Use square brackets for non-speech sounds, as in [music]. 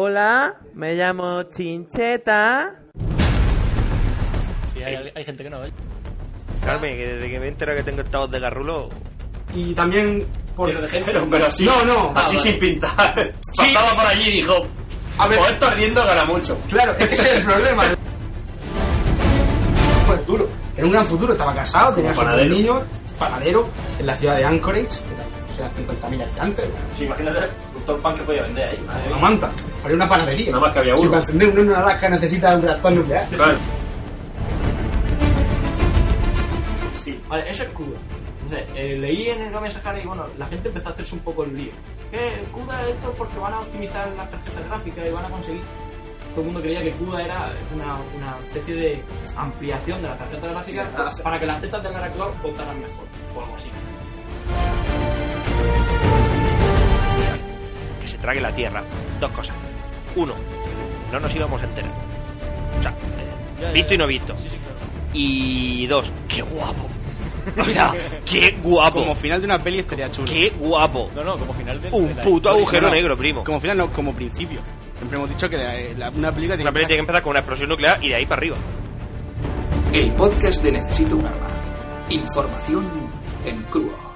Hola, me llamo Chincheta. Sí, hay, hay gente que no, ¿eh? Carmen, que desde que me entero que tengo estados de garrulo, Y también por... Pero de género, pero así. No, no. Así Ah, sin pintar. Pasaba por allí y dijo: A ver. Poder perdiendo gana mucho. Claro, es que ese es el problema. Pues duro. Era un gran futuro, estaba casado, tenía sus panadero. niños, panadero, en la ciudad de Anchorage, que era- o sea, 50.000 habitantes, Sí, imagínate todo el pan que podía vender ahí. madre una mía. manta, había una panadería. Nada más que había Si uno. para encender un horno en Alaska necesitas un reactor nuclear. Claro. Sí. Vale, eso es Cuba. Entonces, eh, leí en el Game Sahara y bueno, la gente empezó a hacerse un poco el lío. Eh, CUDA esto porque van a optimizar las tarjetas gráficas y van a conseguir. Todo el mundo creía que CUDA era una, una especie de ampliación de las tarjetas gráficas para que las tetas de Lara Croft votaran mejor o algo así. que se trague la tierra. Dos cosas. Uno, no nos íbamos a enterar. O sea, eh, Ya, ya, visto y ya. no visto. Sí, sí, claro. Y dos, qué guapo. O [laughs] sea, qué guapo. Como final de una peli estaría chulo. Qué guapo. No, no, como final del. Un de la puto historia. agujero no. negro, primo. Como final no, como principio. Siempre hemos dicho que la- eh, la- una película tiene Una pelea que tiene que empezar con una explosión nuclear y de ahí para arriba. El podcast de Necesito un arma. Información en crudo.